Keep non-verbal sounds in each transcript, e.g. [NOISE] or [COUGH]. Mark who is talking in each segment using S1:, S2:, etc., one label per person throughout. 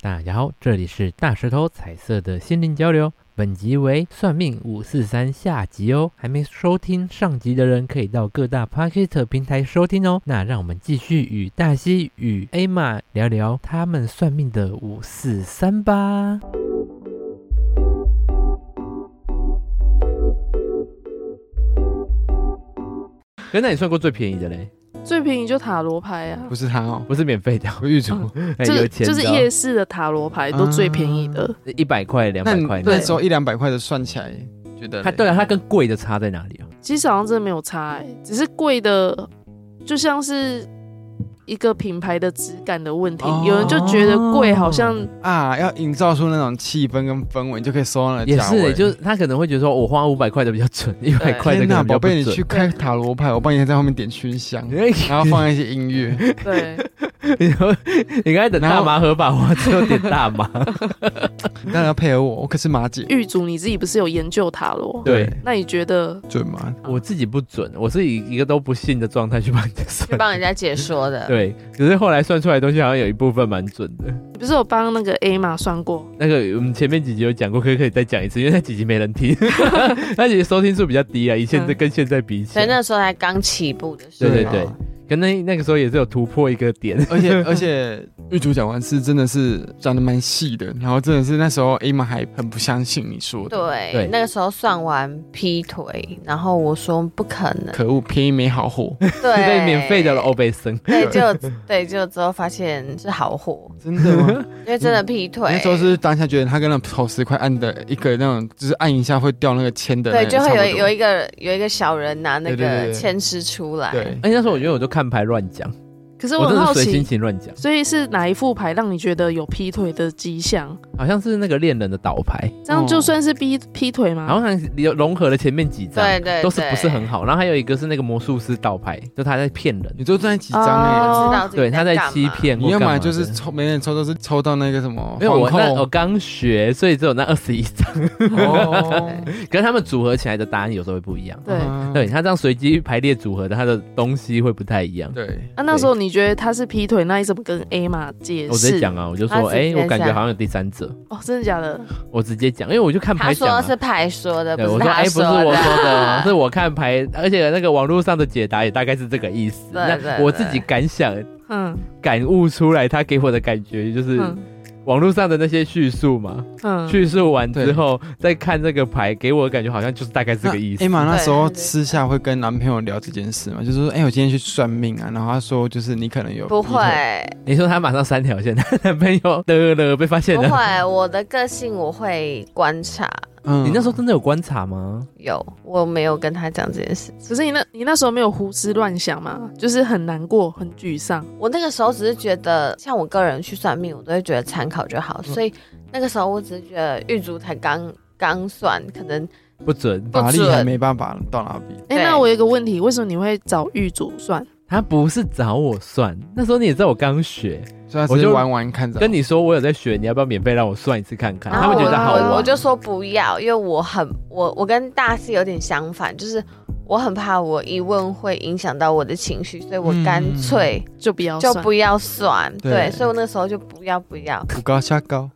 S1: 大家好，这里是大舌头彩色的心灵交流，本集为算命五四三下集哦。还没收听上集的人，可以到各大 p o c k e t 平台收听哦。那让我们继续与大西与 A 玛聊聊他们算命的五四三吧。可那你算过最便宜的嘞？
S2: 最便宜就塔罗牌啊，
S3: 不是他哦，
S1: 不是免费的，
S3: 我玉竹。
S1: 哎
S2: 就
S1: 有
S2: 是
S1: 钱
S2: 就是
S1: 的哦
S2: 夜市的塔罗牌都最便宜的，
S1: 一百块、两
S3: 那
S1: 百
S3: 你
S1: 块
S3: 那
S1: 那
S3: 时
S1: 种。
S3: 候一两百块的算起来，觉得
S1: 它
S3: 嘞
S1: 对啊，它跟贵的差在哪里啊？
S2: 其实好像真的没有差、欸，只是贵的就像是一个品牌的质感的问题，
S3: 哦
S2: 有人就觉得贵好像
S1: 哦
S3: 啊，要营造出那种气氛跟氛围，你就可以收到那个
S1: 也
S3: 呃价
S1: 是、
S3: 位。
S1: 欸，就是他可能会觉得说，我花五百块的比较准，一百块的可
S3: 天呐，
S1: 能比
S3: 宝
S1: 较不
S3: 贝，你
S1: 准。哎
S3: 去开塔罗牌，我帮你在后面点熏香，
S1: [LAUGHS]
S3: 然后放一些音乐。
S2: 对，
S1: 你说你刚才等大麻合法化之后点大麻，
S3: 当然要配合我，我可是马姐，
S2: 玉竹你自己不是有研究塔罗？
S1: 对
S2: 那你觉得
S3: 准吗？
S1: 我自己不准，我是以一个都不信的状态去帮人家
S4: 去
S1: 算。
S4: 帮人家解说的。
S1: 对，只是后来算出来的东西好像有一部分蛮准的。
S2: 你不是有帮那个 A 嘛算过？
S1: 那个我们前面几集有讲过，可以可以再讲一次，因为那几集没人听，那几集收听数比较低啊，以前
S2: 嗯
S1: 跟现在比起
S4: 所以
S1: 来，
S4: 那时候才刚起步的时
S1: 对
S4: 候，
S1: 对
S3: 啊
S1: 对，可能那个时候也是有突破一个点。[LAUGHS]
S3: 而且而且，玉竹讲完是真的是讲的蛮细的，然后真的是那时候 A 妈还很不相信你说的，
S4: 对
S1: 对
S4: 那个时候算完劈腿，然后我说不可能，
S3: 可恶，便宜没好货，
S1: [LAUGHS]
S4: 对，
S1: 对，免费的哦欧贝森，
S4: [LAUGHS] 对，就对，就之后发现是好货，
S3: 真的吗？
S4: 因为真的劈
S1: 嗯
S4: 腿，
S3: 那时候是当下觉得他跟那头十块按的一个那种，就是按一下会掉那个签的那
S4: 对，
S3: 个，
S4: 就会
S3: 差不多
S4: 有有一个有一个小人拿那
S3: 对对对
S4: 个
S3: 对
S4: 签师出来，
S3: 对，
S1: 哎、那时候我觉得我就看牌乱讲，
S2: 可是
S1: 我
S2: 很
S1: 真的
S2: 好
S1: 随心
S2: 奇，
S1: 情乱讲，
S2: 所以是哪一副牌让你觉得有劈腿的迹象？
S1: 好像是那个恋人的倒牌，
S2: 这样就
S3: 哦
S2: 算是劈劈腿吗？
S1: 好像有融合了前面几张，
S4: 啊对对
S1: 都是不是很
S4: 好？
S1: 好。然后还有一个是那个魔术师倒牌，就他在骗人，
S3: 你都赚几张哎、
S2: 哦
S4: 知道自己
S1: 对，他在
S4: 干嘛
S1: 欺。骗
S3: 你
S1: 或
S3: 要
S1: 干嘛
S3: 么
S1: 的。
S3: 就是抽没人抽，都是抽到那个什么
S1: 因为我那我
S3: 皇
S1: 刚学，所以只有那二十一张， [LAUGHS]
S3: 后
S4: [LAUGHS]
S3: 哦，
S1: 可是他们组合起来的答案有时候会不一样。
S2: 对
S3: 嗯
S1: 对他这样随机排列组合的，他的东西会不太一样。
S3: 对，
S2: 啊那、那时候你觉得他是劈腿，那你怎么跟 A 嘛解释？
S1: 我直接讲啊，我就
S4: 他
S1: 说，
S4: 直接
S1: 哎，我感觉
S4: 讲
S1: 好像有第三者，
S2: 哦，真的假的？
S1: 我直接讲，因为我就看
S4: 他
S1: 牌讲
S4: 说
S1: 啊。
S4: 是牌说的，
S1: 对，
S4: 不
S1: 我
S4: 是
S1: 说
S4: 他
S1: 哎，不是
S4: 的
S1: 我说
S4: [LAUGHS]
S1: 的，是我看牌，而且那个网络上的解答也大概是这个意思。
S4: 对
S1: 那
S4: 对
S1: 我自己感想
S2: 嗯
S1: 感悟出来，他给我的感觉就是
S2: 嗯
S1: 网络上的那些叙述嘛，
S2: 嗯，
S1: 叙述完之
S3: 对
S1: 后再看这个牌，给我的感觉好像就是大概这个意思
S3: 哎。妈，那时候
S4: 对对对
S3: 私下会跟男朋友聊这件事嘛，就是说，哎、我今天去算命啊，然后他说就是你可能有
S4: 不会，
S1: 你说她马上三条线， [LAUGHS] 她男朋友的了被发现
S4: 不
S1: 了。
S4: 会，我的个性我会观察，
S3: 嗯
S1: 你那时候真的有观察吗？
S4: 有我没有跟他讲这件事。
S2: 可是你那你那时候没有胡思乱想嘛？就是很难过，很沮丧。
S4: 我那个时候只是觉得，像我个人去算命，我都会觉得参考就
S1: 嗯
S4: 好，所以那个时候我只是觉得玉竹才刚刚算，可能
S1: 不准，
S4: 不
S3: 法力还
S4: 准。
S3: 没办法到哪里，
S2: 哎、
S4: 对
S2: 那我有一个问题，为什么你会找玉主算？
S1: 他不是找我算。那时候你也知道我刚学，
S3: 所以他
S1: 我
S3: 只是啊
S1: 就
S3: 玩玩看着。
S1: 跟你说我有在学，你要不要免费让我算一次看看？
S4: 然
S1: 啊他
S4: 后
S1: 们
S4: 啊我
S1: 觉得好
S4: 我我
S1: 玩。
S4: 就说不要，因为我很我我跟大师有点相反，就是我很怕我一问会影响到我的情绪，所以
S1: 嗯
S4: 我干脆
S2: 就不要
S4: 就
S2: 算，
S4: 不要算。
S3: 对
S4: 对，所以我那时候就不要不要。
S3: 不高下高，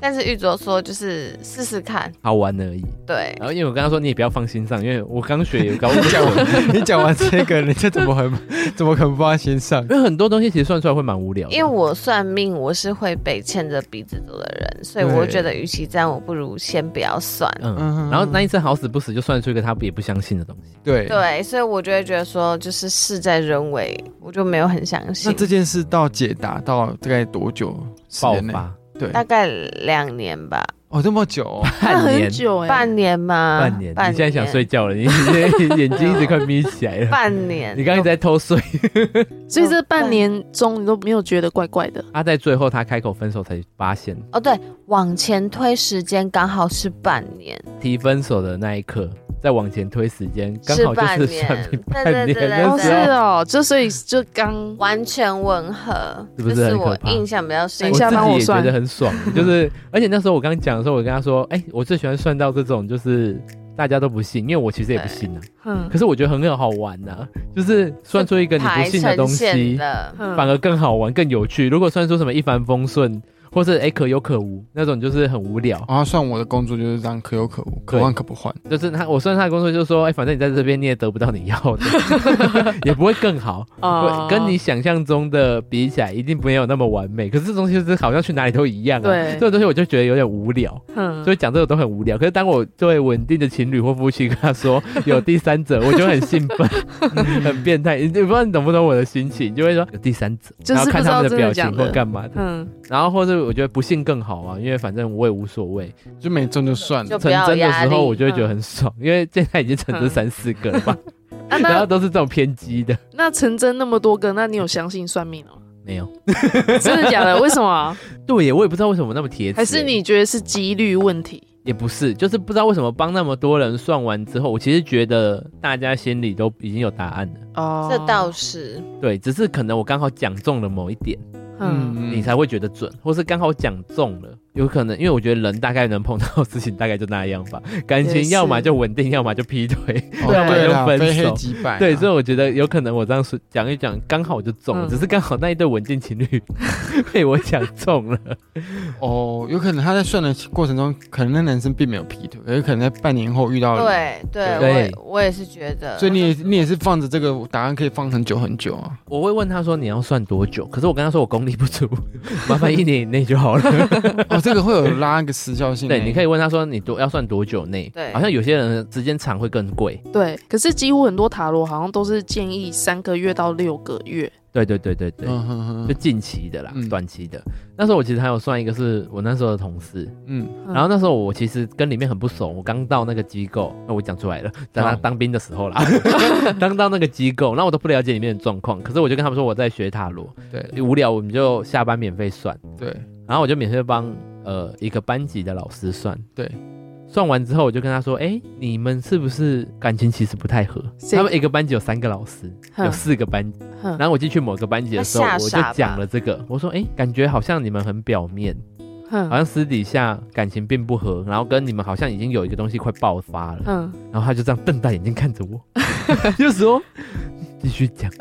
S4: 但是玉竹说就是试试看，
S1: 好玩而已。
S4: 对。
S1: 然后因为我跟他说你也不要放心上，因为我刚学也搞不
S3: 讲
S1: 懂，
S3: [LAUGHS] 完 [LAUGHS] 你讲完这个，人家怎么很怎么可能放在心上？
S1: 因为很多东西其实算出来会蛮无聊的。
S4: 因为我算命，我是会被牵着鼻子走的人，所以
S3: 对
S4: 我觉得，与其这样，我不如先不要算。
S1: 嗯，
S3: 嗯
S1: 然后那一次好死不死就算出一个他也不相信的东西。
S3: 对
S4: 对，所以我就会觉得说，就是事在人为，我就没有很相
S3: 那
S4: 信。
S3: 这件事到解答到大概多久时
S1: 爆
S3: 间内？
S1: 发
S3: 对，
S4: 大概两年吧，
S3: 哦，这么久
S1: [LAUGHS]
S3: 哦、
S2: 那
S1: 半
S2: 很
S1: 年，
S2: 久哎、
S4: 半啊年吗？
S1: 半年，你现在想睡？觉了，你你眼睛一直快眯起来了。
S4: [LAUGHS] 半
S1: [LAUGHS]
S4: 年，
S1: 你刚刚一直在偷睡。
S2: 所以这半年中你都没有觉得怪怪的。
S1: 他在最后他开口分手才发现，
S4: 哦，对，往前推时间刚好是半年，
S1: 提分手的那一刻，再往前推时间，刚好
S4: 半
S1: 就是
S4: 年
S1: 算命
S4: 对对
S1: 半
S4: 对
S1: 年
S4: 对
S1: 的
S2: 哦，
S4: 对
S2: 是
S1: 时候。
S2: 哦，就所以就刚
S4: 完全吻合，
S1: 是不是
S4: 这是
S1: 很可
S4: 我
S1: 怕
S4: 印象比较
S2: 等
S4: 深
S2: 一
S4: 刻。
S2: 下帮
S1: 我
S2: 我
S1: 自己也觉
S2: 算 [LAUGHS]
S1: 得很爽，就是而且那时候我刚讲的时候，我跟他说，哎、我最喜欢算到这种就是。大家都不信，因为我其实也不信啊。
S2: 嗯
S1: 可是我觉得很好玩呐、就是算出一个你不
S4: 排
S1: 信的东
S4: 成
S1: 西
S4: 线，的，
S2: 嗯
S1: 反而更好玩、更有趣。如果算出什么一帆风顺，或是哎、可有可无那种，就是很无聊。
S3: 然后哦算我的工作就是这样，可有可无，可换可不换。
S1: 就是他，我算他的工作就是说，哎、反正你在这边你也得不到你要的， [LAUGHS] 也不会更好，
S2: 啊
S1: 会跟你想象中的比起来，一定没有那么完美。可是这东西就是好像去哪里都一样啊。
S2: 对
S1: 这种东西我就觉得有点无聊。
S2: 嗯
S1: 所以讲这个都很无聊。可是当我对稳定的情侣或夫妻跟他
S2: [LAUGHS]
S1: 说有第三者，我就很兴奋，很变态。你你不知道你懂不懂我的心情，就会说有第三者，
S2: 就是
S1: 然后看他们
S2: 不知道真的
S1: 表
S2: 假
S1: 情
S2: 的
S1: 或干嘛的。
S2: 嗯
S1: 然后或者我觉得不信更好啊，因为反正我也无所谓。
S3: 就没中就算了
S4: 就。
S1: 成
S4: 不要
S1: 真的
S4: 压
S1: 时
S4: 力
S1: 候我就会
S2: 嗯
S1: 觉得很爽，因为现在已经成真三四个了
S2: [LAUGHS]
S1: 吧，
S2: 啊，
S1: 然后
S2: 那
S1: 都是这种偏激的。
S2: 那成真那么多个，那你有相信算命了吗？
S1: 没有，
S2: 真的假的？为什么啊？
S1: 对耶，我也不知道为什么那么铁齿耶。
S2: 还是你觉得是几率问题？
S1: 也不是，就是不知道为什么帮那么多人算完之后，我其实觉得大家心里都已经有答案了。
S2: 哦，
S4: 这倒是
S1: 对，只是可能我刚好讲中了某一点，
S2: 嗯
S1: 你才会觉得准，或是刚好讲中了，有可能，因为我觉得人大概能碰到的事情大概就那样吧，感
S2: 也
S1: 情
S2: 是
S1: 要么就稳定，要么就劈腿，
S3: 哦
S2: 对啊
S3: 对
S1: 就
S3: 啦，
S1: 分手
S3: 非黑即白啊。
S1: 对，所以我觉得有可能我这样说讲一讲，刚好我就中了，
S2: 嗯
S1: 只是刚好那一对稳定情侣 [LAUGHS] 被我讲中了，
S3: 哦，有可能他在算的过程中，可能那男生并没有劈腿，有可能在半年后遇到了。。
S4: 对对，我
S1: 对
S4: 也我也是觉得，
S3: 所以你也你也是放着这个答案可以放很久很久啊，
S1: [LAUGHS] 我会问他说你要算多久，可是我跟他说我功力不足， [LAUGHS] 麻烦一年以内就好了。
S3: 哦，这个会有拉一个时效性欸。
S1: 对，你可以问他说你多要算多久内，
S4: 对
S1: 好像有些人时间长会更贵。
S2: 对，可是几乎很多塔罗好像都是建议三个月到六个月。
S1: 对对对对对，
S3: 嗯哼
S1: 就
S3: 哼，
S1: 近期的啦，
S3: 嗯
S1: 短期的。那时候我其实还有算一个是我那时候的同事，
S3: 嗯，
S2: 嗯
S1: 然后那时候我其实跟里面很不熟，我刚到那个机构，
S3: 嗯
S1: 那我讲出来了，在他
S3: 哦
S1: 当兵的时候啦， [LAUGHS] 当到那个机构，那我都不了解里面的状况，可是我就跟他们说我在学塔罗，
S3: 对
S1: 无聊我们就下班免费算，
S3: 对，
S1: 然后我就免费帮呃一个班级的老师算，
S3: 对。
S1: 算完之后，我就跟他说：“哎、你们是不是感情其实不太合？
S2: 谁
S1: 他们一个班级有三个老师，有
S2: 哼
S1: 四个班
S2: 哼
S1: 然后我进去某个班级的时候，
S4: 嗯他吓
S1: 我
S4: 傻吧
S1: 就讲了这个，我说，哎、感觉好像你们很表面，好
S2: 哼
S4: 嗯
S1: 像私底下感情并不和，然后跟你们好像已经有一个东西快爆发
S4: 嗯
S1: 了，
S2: 哼，
S1: 然后他就这样瞪大眼睛看着
S4: [LAUGHS]
S1: 我，就说继续讲， [LAUGHS]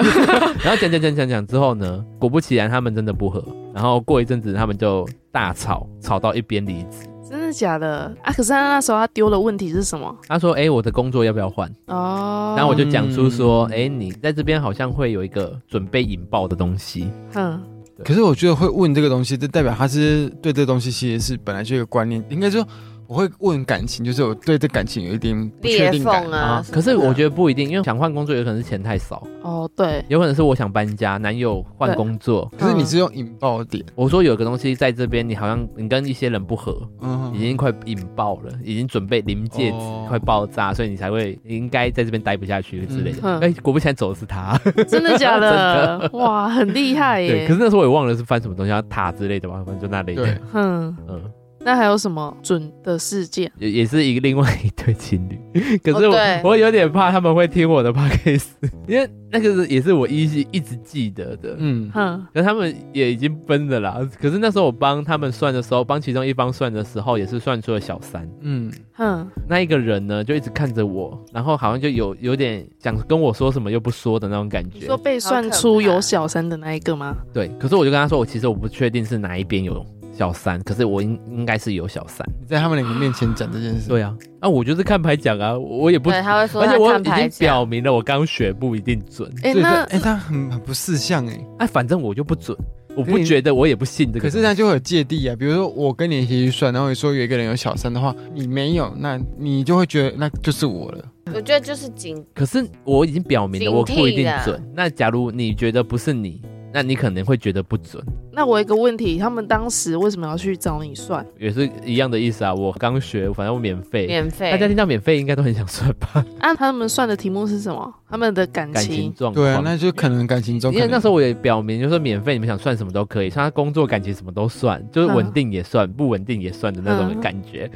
S1: 然后讲讲讲讲讲之后呢，果不其然他们真的不和，然后过一阵子他们就大吵，吵到一边离职。
S2: 真的假的啊？可是他那时候他丢的问题是什么？
S1: 他说：“哎、我的工作要不要换？”
S2: 哦，
S1: 然后我就讲出说：“
S3: 嗯
S1: 哎、你在这边好像会有一个准备引爆的东西。”
S2: 哼
S3: 可是我觉得会问这个东西，这代表他是对这东西其实是本来就有一个观念，应该说我会问感情，就是我对这感情有一点不确
S4: 裂
S3: 定感
S4: 缝。
S1: 啊
S4: 啊，，
S1: 可是我觉
S4: 得
S1: 得不一定，因为想换工作有可能是钱太少，
S2: 哦，对，
S1: 有可能是我想搬家，男友换
S2: 对
S1: 工作。
S3: 可是你是用引爆点，
S1: 我说有个东西在这边，你好像你跟一些人不合，
S3: 嗯
S1: 已经快引爆了，已经准备临界值
S3: 哦
S1: 快爆炸，所以你才会你应该在这边待不下去之类的。
S2: 嗯
S1: 哎，果不其然走的是他，
S2: 真的
S1: [LAUGHS]
S2: 假的？哇，很厉害
S1: 对。
S2: 耶
S1: 可！是那时候我也忘了是翻什么东西，啊塔之类的吧，反正就那类
S3: 对
S1: 的。，
S2: 哼，
S1: 嗯，
S2: 那还有什么准的事件？
S1: 也也是一个另外一对情侣， [LAUGHS] 可是
S4: 哦
S1: 我、
S4: 对
S1: 我有点怕他们会听我的 [LAUGHS] podcast，因为那个是也是我依稀一直记得的。
S3: 嗯，
S2: 哼
S1: 可是他们也已经分了啦。可是那时候我帮他们算的时候，帮其中一方算的时候，也是算出了小三。
S3: 嗯，
S2: 哼，
S1: 那一个人呢，就一直看着我，然后好像就有有点想跟我说什么又不说的那种感
S2: 你
S1: 觉
S2: 说。被算出有小三的那一个吗？
S1: 对，可是我就跟他说，我其实我不确定是哪一边有小三，可是我应应该是有小三。
S3: 你在他们两个面前讲这件事，
S1: 对啊，啊，我就是看牌讲啊，我我也不，
S4: 对，他会说
S1: 而且我
S4: 他看
S1: 已
S4: 牌
S1: 经
S4: 讲，
S1: 表明了，我刚学不一定准。
S2: 哎，
S3: 对，
S2: 那
S3: 哎，他很很不识相哎，
S1: 哎、反正我就不准，我不
S3: 可是你
S1: 觉得，我也不信这个。
S3: 可是他就会有芥蒂啊。比如说我跟你一起去算，然后你说有一个人有小三的话，你没有，那你就会觉得那就是我了。
S4: 我觉得就是警
S1: 可是我已经表明了，
S4: 警
S1: 我
S4: 惕
S1: 不一定
S4: 了
S1: 准。那假如你觉得不是你，那你可能会觉得不准，
S2: 那我有一个问题，他们当时为什么要去找你算？
S1: 也是一样的意思啊。我刚学，反正我免费。
S4: 免费，嗯
S1: 大家听到免费应该都很想算吧？
S2: 啊，他们算的题目是什么？他们的感
S1: 感情
S2: 情。
S1: 状况。
S3: 对啊，那就可能感情中可
S1: 因
S3: 能，
S1: 为那时候我也表明，就是说免费，你们想算什么都可以，像他工作、感情什么都算，就是稳定也算，不稳定也算的那种
S2: 嗯
S1: 感觉。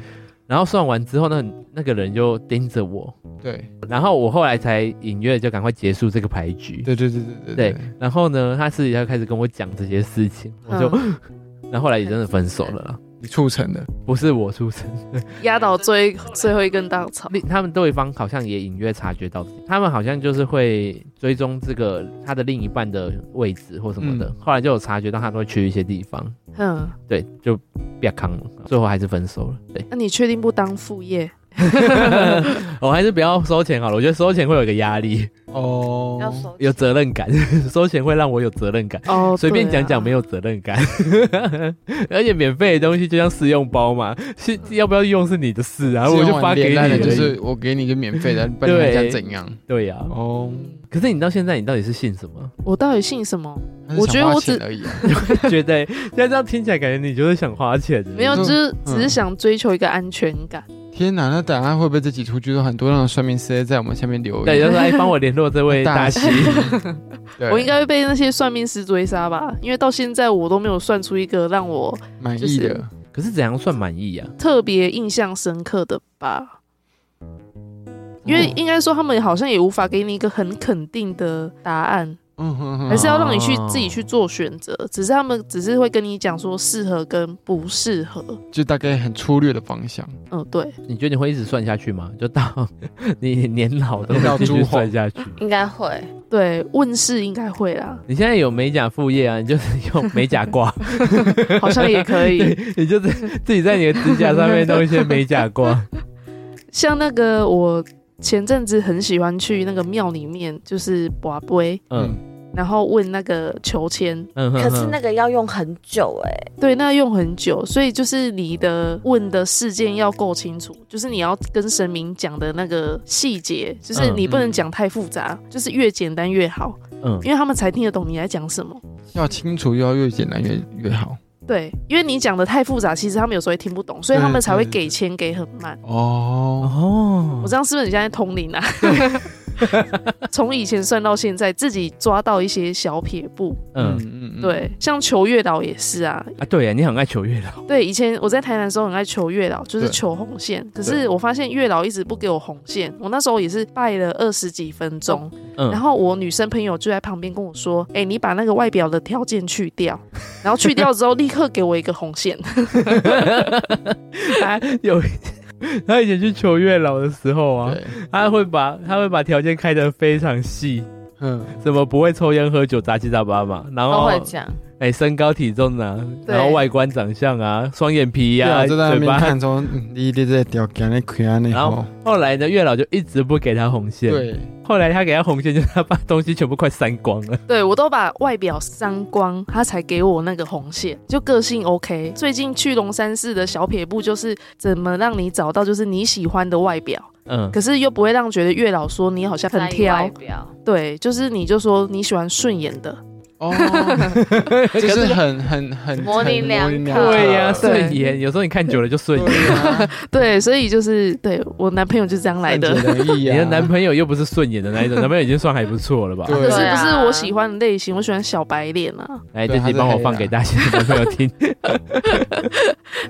S1: 然后算完之后，那那个人就盯着我，
S3: 对
S1: 然后我后来才隐约就赶快结束这个牌局。
S3: 对对对对
S1: 对，
S4: 嗯
S1: 然后呢，他私底下就开始跟我讲这些事情，我就，然后后来也真的分手了啦。
S3: 你促成的，
S1: 不是我出生。 [LAUGHS]
S2: 压倒最最后一根稻草。
S1: 另他们对方好像也隐约察觉到自己，他们好像就是会追踪这个他的另一半的位置或什么的。
S3: 嗯
S1: 后来就有察觉到他都会去一些地方，
S2: 嗯，
S1: 对，就不要扛了，最后还是分手了。对，
S2: [LAUGHS]
S1: [LAUGHS]
S2: 那你确定不当副业？
S1: 我还是不要收钱好了，我觉得收钱会有一个压力，
S3: 哦
S4: 要收
S1: 有责任感， [LAUGHS] 收钱会让我有责任感。
S2: 哦，
S1: [LAUGHS] 随便讲讲没
S2: 有。
S1: 有责任感， [LAUGHS] 而且免费的东西就像试用包嘛，是要不要用是你的事啊，我就发给你
S3: 了，
S1: 而已
S3: 就是我给你一个免费的， [LAUGHS] 不然你想怎样？
S1: 对啊呀、
S3: 哦，
S1: 可是你到现在，你到底是信什 [LAUGHS] 么？
S2: 我到底信什么？
S3: 他是想花钱而已啊、
S1: 觉得现在这样听起来，感觉你就是想花钱的。
S2: 没有，
S3: 就
S2: 就是
S3: 嗯
S2: 只是想追求一个安全感。
S3: 天哪，那等下会不会这几出剧都很多那种算命师在在我们下面留
S1: 对，
S3: 言？
S1: 就说哎，帮 [LAUGHS] 我联络这位大
S3: 大
S1: 西。
S3: [LAUGHS] 对
S2: 我应该会被那些算命师追杀吧？因为到现在我都没有算出一个让我
S3: 满
S2: 就
S3: 意
S2: 是
S3: 的。
S1: 可是怎样算满意啊？
S2: 特别印象深刻的吧。
S3: 嗯
S2: 因为应该说他们好像也无法给你一个很肯定的答案，
S3: 嗯哼哼
S2: 还是要让你去
S1: 哦
S2: 自己去做选择。只是他们只是会跟你讲说适合跟不适合。
S3: 就大概很粗略的方向。
S2: 嗯，对，
S1: 你觉得你会一直算下去吗？就到你年老都
S3: 年老
S1: 会继续
S3: 珠黄
S1: 算 [LAUGHS] 下去。
S4: 应该会，
S2: 对，问世应该会啦，
S1: 你现在有美甲副业啊，你就是用美甲 [LAUGHS] 挂，
S3: [LAUGHS]
S2: 好像也可以。
S1: 你就是自己在你的指甲上面弄一些美甲挂。
S2: 像那个我前阵子很喜欢去那个庙里面，就是拔杯，
S1: [LAUGHS] 嗯
S2: 然后问那个求签，
S1: 嗯，
S4: 可是
S1: 个
S4: 那个要用很久哎、
S2: 对，那用很久，所以就是你的问的事件要够清楚，就是你要跟神明讲的那个细节，就是你不能讲太复杂，
S3: 嗯
S2: 就是越简单越好，
S1: 嗯
S2: 因为他们才听得懂你在讲什么。
S3: 要清楚，又要越简单越越好。
S2: 对，因为你讲的太复杂，其实他们有时候也听不懂，所以他们才会
S3: 对对对
S2: 给钱给很慢。
S3: 哦，
S1: 哦
S2: 我，这样是不是你现在通灵啊？ [LAUGHS]
S3: [LAUGHS]
S2: 从以前算到现在，自己抓到一些小撇步。
S1: 嗯
S3: 嗯嗯，
S2: 对，像求月老也是啊，
S1: 啊，对呀，你很爱求月老，
S2: 对，以前我在台南的时候很爱求月老，就是
S3: 对
S2: 求红线。可
S3: 对
S2: 是我发现月老一直不给我红线，我那时候也是拜了二十几分钟，
S1: 嗯，
S2: 然后我女生朋友就在旁边跟我说：“哎、你把那个外表的条件去掉，然后去掉之后立刻给我一个红线。
S1: [LAUGHS] 他有他以前去求月老的时候啊，
S3: 对，
S1: 他会把他会把条件开得非常细，
S3: 嗯，
S1: 什么不会抽烟喝酒杂七杂八嘛，然
S4: 都
S1: 后
S4: 会讲。
S1: 哎、身高体重啊，
S2: 对
S1: 然后外观长相啊，双眼皮
S3: 对
S1: 呀、
S3: 啊，就在那
S1: 嘴
S3: 边
S1: 巴。
S3: 看中，嗯你你在屌干那亏啊那
S1: 然后
S3: 吼，
S1: 后来呢，月老就一直不给他红线，
S3: 对，
S1: 后来他给他红线，就是他把东西全部快删光了。
S2: 对我都把外表删光，他才给我那个红线。就个性 OK。最近去龙山寺的小撇步就是怎么让你找到就是你喜欢的外表，
S1: 嗯，
S2: 可是又不会让觉得月老说你好像很
S4: 在意
S2: 挑
S4: 外。表，
S2: 对，就是你就说你喜欢顺眼的，
S1: [LAUGHS]
S3: 哦，就是很很很
S4: 模棱
S3: 很
S4: 两可
S1: 对呀、
S4: 对
S1: 顺眼，有时候你看久了就顺眼。
S3: 对
S1: [LAUGHS]
S3: 啊
S2: 对，所以就是对我男朋友就这样来
S3: 善
S2: 的，
S3: 解人意
S1: 你
S3: 啊，
S1: 的男朋友又不是顺眼的那一
S3: [LAUGHS]
S1: 种，男朋友已经算还不错了吧？
S3: 对
S2: 可是
S4: 对
S2: 不
S4: 啊
S2: 是我喜欢的类型，我喜欢小白脸啊。
S1: 来，哎这
S3: 对
S1: 集帮我放给大家的男 [LAUGHS] 朋友
S2: [LAUGHS]
S1: 听。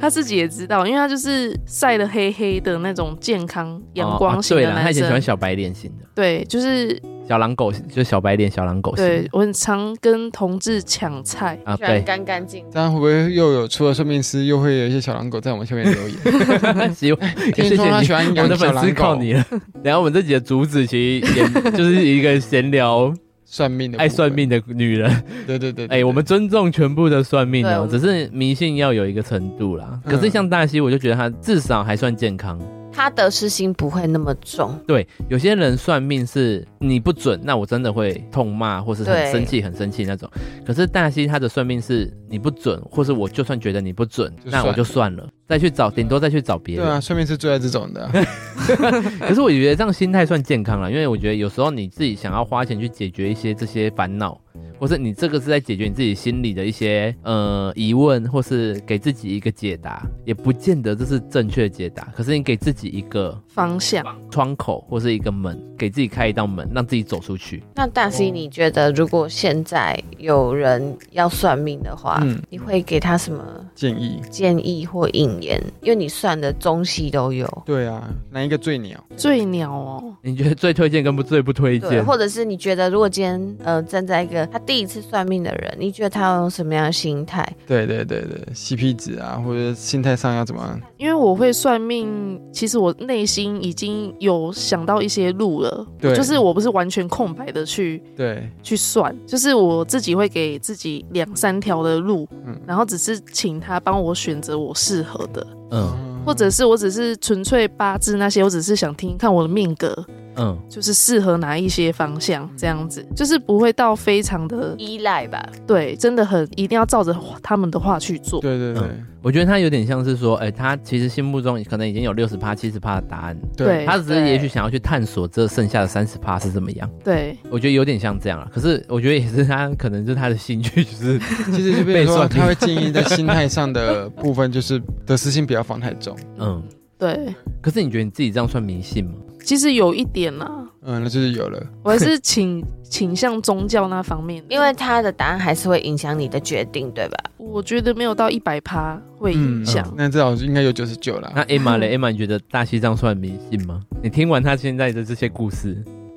S2: 他自己也知道，因为他就是晒得黑黑的那种健康阳光型
S1: 哦
S2: 的
S1: 对了，他
S2: 男
S1: 以前喜
S2: 生。
S1: 欢小白脸型的，
S2: 对，就是
S1: 小狼狗型，就是小白脸、小狼狗型的。
S2: 对我很常跟同志抢菜，
S1: 啊，
S4: 居然
S1: 对，
S4: 干干净净。
S3: 这样会不会又有除了算命师，又会有一些小狼狗在我们下面留言？
S1: 喜欢， [LAUGHS] 谢
S3: [LAUGHS] 听
S1: 谢
S3: 说他
S1: 你
S3: 喜。欢
S1: [LAUGHS] 我
S3: 养
S1: 的
S3: 小
S1: 粉丝
S3: 狼
S1: 靠
S3: 狗，
S1: 你了。 [LAUGHS] 等一下我们这集的主旨其实也就是一个闲聊
S3: 算命的部分
S1: 爱算，命的女人。
S3: 对对对，对
S1: 哎、我们尊重全部的算命哦、
S4: 对
S1: 只是迷信要有一个程度啦。
S3: 嗯
S1: 可是像大西，我就觉得他至少还算健康。
S4: 他得失心不会那么重，
S1: 对，有些人算命是你不准，那我真的会痛骂或是很
S4: 对
S1: 生气、很生气那种。可是大西他的算命是你不准，或是我就算觉得你不准，
S3: 就
S1: 那我
S3: 算
S1: 就算了，再去找，顶多再去找别
S3: 对
S1: 人。
S3: 啊，算命师最爱这种
S1: [LAUGHS]
S3: 的啊，
S4: [LAUGHS]
S1: 可是我觉得这样心态算健康了，因为我觉得有时候你自己想要花钱去解决一些这些烦恼，或是你这个是在解决你自己心里的一些呃疑问，或是给自己一个解答，也不见得这是正确的解答。可是你给自己一个
S2: 方向
S1: 窗口或是一个门，给自己开一道门，让自己走出去。
S4: 那大 C，你觉得如果现在有人要算命的话，
S3: 嗯
S4: 你会给他什么
S3: 建议。
S4: 建议或引言？因为你算的中西都有，
S3: 对啊，哪一个最鸟？
S2: 最鸟哦，
S1: 你觉得最推荐跟不最不推
S4: 对，
S1: 荐？
S4: 或者是你觉得如果今天呃站在一个他第一次算命的人，你觉得他要用什么样的心态？
S3: 对对对对，CP 值啊，或者心态上要怎么样？
S2: 因为我会算命，其实我内心已经有想到一些路了，
S3: 对
S2: 就是我不是完全空白的去
S3: 对，
S2: 去算，就是我自己会给自己两三条的路，
S3: 嗯
S2: 然后只是请他帮我选择我适合的，
S1: 嗯
S2: 或者是我只是纯粹八字那些，我只是想听看我的命格，
S1: 嗯，
S2: 就是适合哪一些方向这样子，就是不会到非常的
S4: 依赖吧，
S2: 对，真的很一定要照着他们的话去做。
S3: 对对对
S1: 嗯我觉得他有点像是说，哎、他其实心目中可能已经有六十趴、七十趴的答案，
S2: 对
S1: 他只是也许
S4: 对
S1: 想要去探索这剩下的三十趴是怎么样。
S2: 对，
S1: 我觉得有点像这样啊，可是我觉得也是他可能就是他的兴趣，就是 [LAUGHS]
S3: 其实就比
S1: 被
S3: 如说
S1: 算命
S3: 他会建议在心态上的部分，就是得失心不要放太重。
S1: 嗯。
S2: 对，
S1: 可是你觉得你自己这样算迷信吗？
S2: 其实有一点啦、
S3: 嗯，那就是有了。
S2: 我还
S1: [LAUGHS]
S2: 是倾倾向宗教那方面的，
S4: 因为他的答案还是会影响你的决定，对吧？
S2: 我觉得没有到一百趴会影响。
S1: 嗯
S3: 那至少应该有九十九啦。
S1: 那 Emma
S3: [LAUGHS]
S1: 嘞，Emma 你觉得大西藏算迷信吗？你听完他现在的这些故事，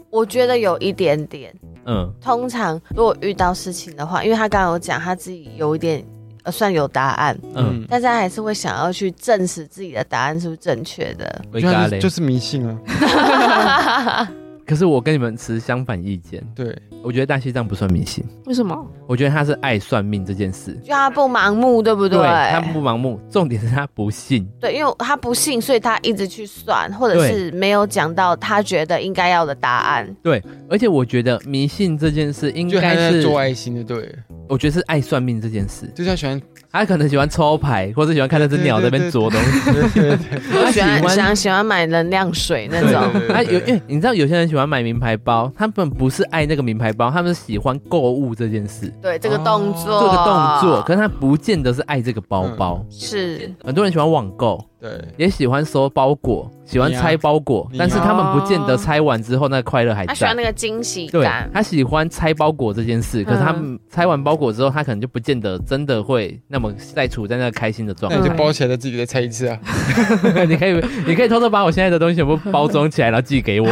S4: 我觉得有一点点。
S1: 嗯
S4: 通常如果遇到事情的话，因为他刚刚有讲他自己有一点呃算有答案，
S1: 嗯，
S4: 但是他还是会想要去证实自己的答案是不是正确的。
S1: 维
S3: 就
S1: 嘎
S3: 是
S1: 嘞
S3: 就。是迷信 [LAUGHS] 啊。
S1: 可是我跟你们持相反意见，
S3: 对，
S1: 我觉得大西藏不算迷信，
S2: 为什么？
S1: 我觉得他是爱算命这件事。
S4: 就他不盲目，对不对？
S1: 他不盲目，重点是他不信。
S4: 对因为他不信，所以他一直去算，或者是没有讲到他觉得应该要的答案。
S1: 而且我觉得迷信这件事应
S3: 就他
S1: 该
S3: 在
S1: 是，
S3: 做爱心的，对，
S1: 我觉得是爱算命这件事。
S3: 就是他喜 [LAUGHS] 欢，
S1: 他可能喜欢抽牌，或者喜欢看那只鸟在那边啄东西。
S3: 对对对
S4: 我喜
S1: 他喜
S4: 欢
S1: 欢
S4: 想喜欢买能量水那
S3: 对
S4: 种。
S3: 对对
S1: 他啊有，
S3: 对
S1: 因为你知道有些人喜欢买名牌包，他们不是爱那个名牌包，他们是喜欢购物这件事，
S4: 对这个动作，
S1: 哦这个动作。可是他不见得是爱这个包包。
S4: 是
S1: 很多人喜欢网购，
S3: 对，
S1: 也喜欢收包裹，喜欢
S3: 你啊
S1: 拆包裹，
S3: 你啊
S1: 但是他们不见得拆完之后那快乐还
S4: 他喜欢
S1: 在。
S4: 那个惊喜
S1: 对
S4: 感，。
S1: 他喜欢拆包裹这件事，可是他们拆完包裹之后，他可能就不见得真的会那么再处在那个开心的状
S3: 那
S1: 态
S3: 你。就
S2: 嗯
S3: 包起来，再自己再拆一次 [LAUGHS] 啊。
S1: [LAUGHS] 你可以，你可以偷偷把我现在的东西全部包装起来，然后寄给我。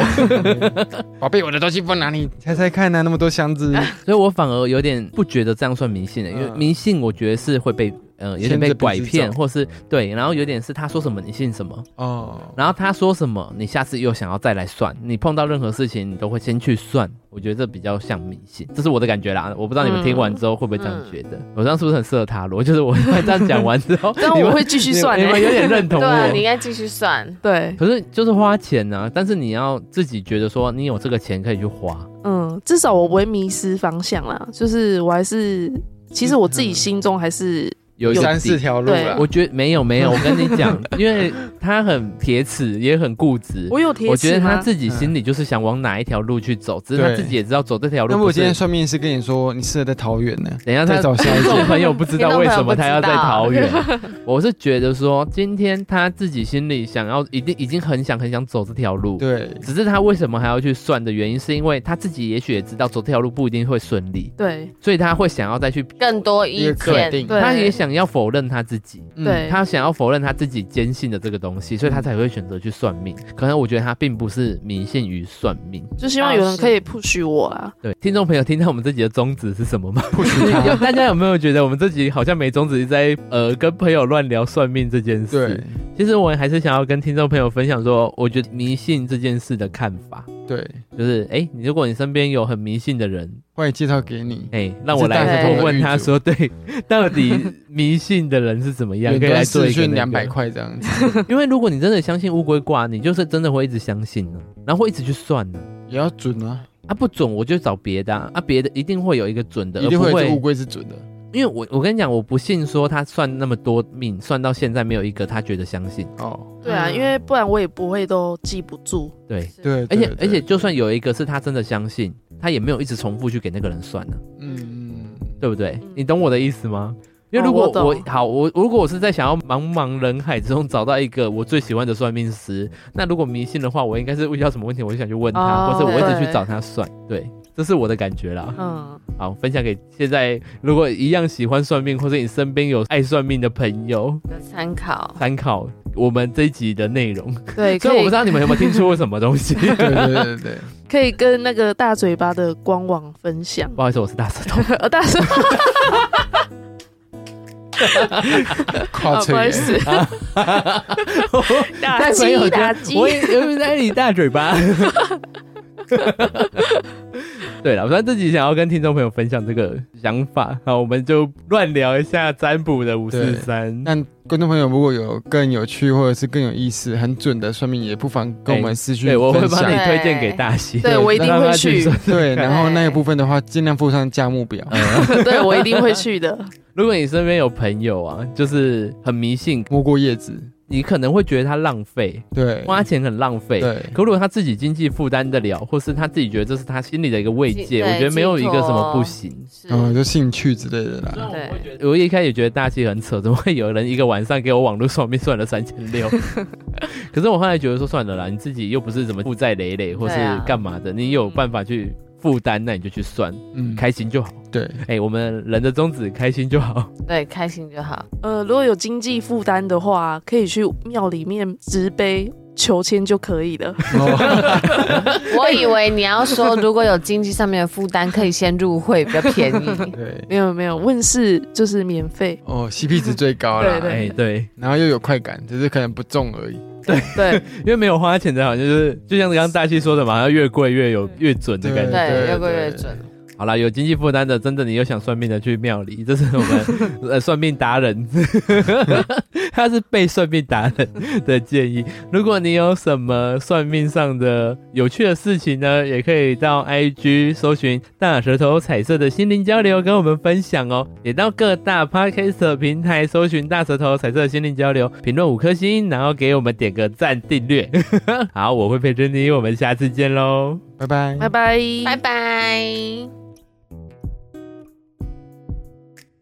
S3: 宝贝，我的东西放哪里？猜猜看啊，那么多箱子，
S1: 所以我反而有点不觉得这样算迷信的，欸因为
S3: 嗯
S1: 迷信我觉得是会被呃有点被拐
S3: 牵着鼻
S1: 骗，
S3: 子走
S1: 或是对，然后有点是他说什么你信什么，
S3: [LAUGHS] 哦，
S1: 然后他说什么你下次又想要再来算，你碰到任何事情你都会先去算，我觉得这比较像迷信，这是我的感觉啦，我不知道你们
S2: 嗯
S1: 听完之后会不会这样觉得，我这样是不是很适合塔罗？ [LAUGHS] 就是我这样讲完之后，
S2: 但
S1: 你
S2: 我
S1: 们
S2: 会继续算
S1: 你
S2: 欸
S1: 们有点认同
S4: [LAUGHS] 对啊，
S1: 我
S4: 你。应该继续算。
S2: 对，
S1: 可是就是花钱呢、但是你要自己觉得说你有这个钱可以去花，
S2: 嗯，至少我不会迷失方向啦。就是我还是，其实我
S1: 嗯
S2: 自己心中还是
S1: [LAUGHS] 有一个
S3: 三
S1: 底
S3: 四条路了
S2: 对。
S1: 我觉得没有没有，我跟你
S3: [LAUGHS]
S1: 讲，因为他很铁齿，也很固执。
S2: 我有铁齿
S1: 嗯
S2: 吗
S1: 我觉得他自己心里就是想往哪一条路去走，只是他
S3: 对
S1: 自己也知道走这条
S3: 那
S1: 路
S3: 么
S1: 不
S3: 我今
S1: 是
S3: 天。算命是跟你说，你适合在桃园呢，
S1: 等一下，
S3: 再
S1: 他
S3: 找下一
S1: [LAUGHS] 听
S3: 个
S1: 众朋友不知道为什么他要在桃园 [LAUGHS]
S4: 听众。
S1: 我是觉得说，今天他自己心里想要，一定已经很想很想走这条路，
S3: 对，
S1: 只是他为什么还要去算的原因，是因为他自己也许也知道走这条路不一定会顺利，
S2: 对
S1: 所以他会想要再去，
S4: 更多
S3: 一
S4: 意
S3: 个肯
S4: 见，
S3: 定，
S2: 对
S1: 他也想要否认他自己。[LAUGHS]
S3: 嗯
S2: 对
S1: 他想要否认他自己坚信的这个东西，所以他才会选择去算命。可能我觉得他并不是迷信于算命。
S2: 就希望有人可以 push 我啦。
S1: 对，听众朋友听到我们这集的宗旨是什么
S3: [LAUGHS]
S1: 吗？
S3: 不
S1: [LAUGHS]
S3: 许
S1: 有
S3: 他，
S1: 大家有没有觉得我们这集好像没宗旨，一直在呃跟朋友乱聊算命这件事？
S3: 对，
S1: 其实我还是想要跟听众朋友分享说，我觉得迷信这件事的看法，
S3: 对，
S1: 就是哎、诶你如果你身边有很迷信的人，
S3: 欢迎介绍给你。
S1: 哎、让我来
S4: 这大家
S1: 问
S4: 都
S1: 问他说，对， [LAUGHS] 到底迷信的人是怎么样？可以来做一个那个
S3: 两百块这样子，
S1: 因为如果你真的相信乌龟卦，你就是真的会一直相信呢、然后会一直去算呢、
S3: 也要准啊，
S1: 啊。不准我就找别的啊，啊别的一定会有一个准的，
S3: 一定会
S1: 而不
S3: 有一只乌
S1: 会。
S3: 龟是准的。
S1: 因为我我跟你讲，我不信说他算那么多命，算到现在没有一个他觉得相信。
S3: 哦，
S2: 对啊，
S4: 嗯
S2: 因为不然我也不会都记不
S1: [LAUGHS]
S2: 住。
S1: 对，
S3: 对，
S1: 而
S3: 对
S1: 且而
S3: 对
S1: 且就算有一个是他真的相信，他也没有一直重复去给那个人算啊呢、
S3: 嗯，
S1: 对不对
S2: 嗯？
S1: 你懂我的意思吗？因为
S2: 哦
S1: 如果
S2: 我懂
S1: 我好，我如果我是在想要茫茫人海之中找到一个我最喜欢的算命师，那如果迷信的话，我应该是遇到什么问题，我就想去问他，
S2: 哦
S1: 或者我一直去
S2: 对
S1: 找他算。对，这是我的感觉
S2: [LAUGHS]
S1: 啦。
S2: 嗯，
S1: 好，分享给现在如果一样喜欢算命，或者你身边有爱算命的朋友，
S4: 的参考。
S1: 参考我们这一集的内容。
S2: 对，
S1: 所以
S2: 可
S1: 我
S2: 以 [LAUGHS]
S1: 不知道你们有没有听出什么东西。
S3: [LAUGHS] [LAUGHS] 对对对对对，
S2: 可以跟那个大嘴巴的官网分享。
S1: 不好意思，我是大舌头。
S2: 呃，大声，
S3: 靠
S2: 啊不
S3: 这
S2: 好意
S3: 个
S2: 思，打
S3: [LAUGHS]
S1: 但没有
S2: 击 [LAUGHS] 打击，
S1: 我也我也在你大嘴巴。对了，我说自己想要跟听众朋友分享这个想法，好，我们就乱聊一下占卜的五四三。
S3: 但观众朋友如果有更有趣或者是更有意思、很准的算命，也不妨跟我们私讯
S1: 哎对，我会
S3: 分
S1: 帮
S3: 享
S1: 你。推荐给大西。
S2: [LAUGHS] 对我一定
S1: 让他
S2: 会去
S1: 说。
S3: 对，然后那个部分的话，尽量附上价目表。
S1: 嗯
S2: [LAUGHS] 对我一定会去的。
S1: 如果你身边有朋友啊，就是很迷信，
S3: 摸过叶子，
S1: 你可能会觉得他浪费，
S3: 对，
S1: 花钱很浪费。
S3: 对，
S1: 可如果他自己经济负担得了，或是他自己觉得这是他心里的一个慰藉，
S4: 对
S1: 我觉得没有一个什么不行。
S4: 是
S3: 然后哦就兴趣之类的啦。
S4: 对
S1: 我觉得我一开始觉得大气很扯，怎么会有人一个晚上给我网络算命算了三千六？可是我后来觉得说算了啦，你自己又不是怎么负债累累或是
S4: 对啊
S1: 干嘛的，你有办法去负担，那你就去算，
S3: 嗯，
S1: 开心就好。
S3: 对，
S1: 哎、我们人的宗旨开心就好。
S4: 对，开心就好。
S2: 呃，如果有经济负担的话，可以去庙里面直杯求签就可以了。
S3: 哦
S4: 我以为你要说，如果有经济上面的负担，可以先入会比较便宜。
S3: 对，
S2: 没有没有，问世就是免费。
S3: 哦，CP 值最高啦，
S2: 对对
S1: 哎、对。
S3: 然后又有快感，只是可能不中而已。
S2: 对，
S1: [LAUGHS] 因为没有花钱的，好像就是就像刚刚大西说的嘛，要越贵越有越准的感觉。
S3: 对
S4: 对，越贵越
S3: 对
S4: 准。
S1: 好啦，有经济负担的，真的你又想算命的去庙里，这是我们呃算命达人， [LAUGHS] 他是被算命达人的建议。如果你有什么算命上的有趣的事情呢，也可以到 IG 搜寻“大舌头彩色的心灵交流”跟我们分享哦，也到各大 Podcast 平台搜寻“大舌头彩色的心灵交流”，评论五颗星，然后给我们点个赞订阅。 [LAUGHS] 好，我会陪着你，我们下次见喽。
S3: 拜拜，
S2: 拜拜，
S4: 拜拜。